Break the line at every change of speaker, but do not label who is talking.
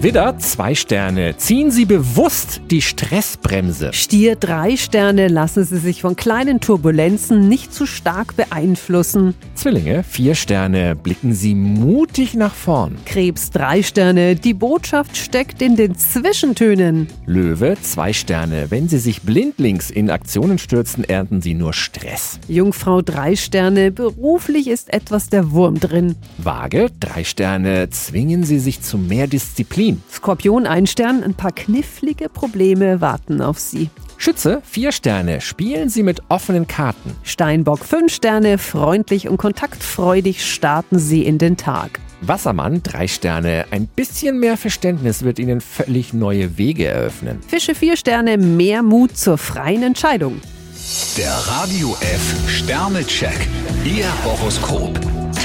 Widder, zwei Sterne. Ziehen Sie bewusst die Stressbremse.
Stier drei Sterne, lassen Sie sich von kleinen Turbulenzen nicht zu stark beeinflussen.
Zwillinge, vier Sterne. Blicken Sie mutig nach vorn.
Krebs drei Sterne, die Botschaft steckt in den Zwischentönen.
Löwe, zwei Sterne. Wenn Sie sich blindlings in Aktionen stürzen, ernten Sie nur Stress.
Jungfrau drei Sterne, beruflich ist etwas der Wurm drin.
Waage, drei Sterne. Zwingen Sie sich zu mehr Disziplin.
Skorpion ein Stern, ein paar knifflige Probleme warten auf Sie.
Schütze, vier Sterne. Spielen Sie mit offenen Karten.
Steinbock fünf Sterne, freundlich und kontaktfreudig starten Sie in den Tag.
Wassermann, drei Sterne. Ein bisschen mehr Verständnis wird Ihnen völlig neue Wege eröffnen.
Fische vier Sterne, mehr Mut zur freien Entscheidung.
Der Radio F Sternecheck. Ihr Horoskop.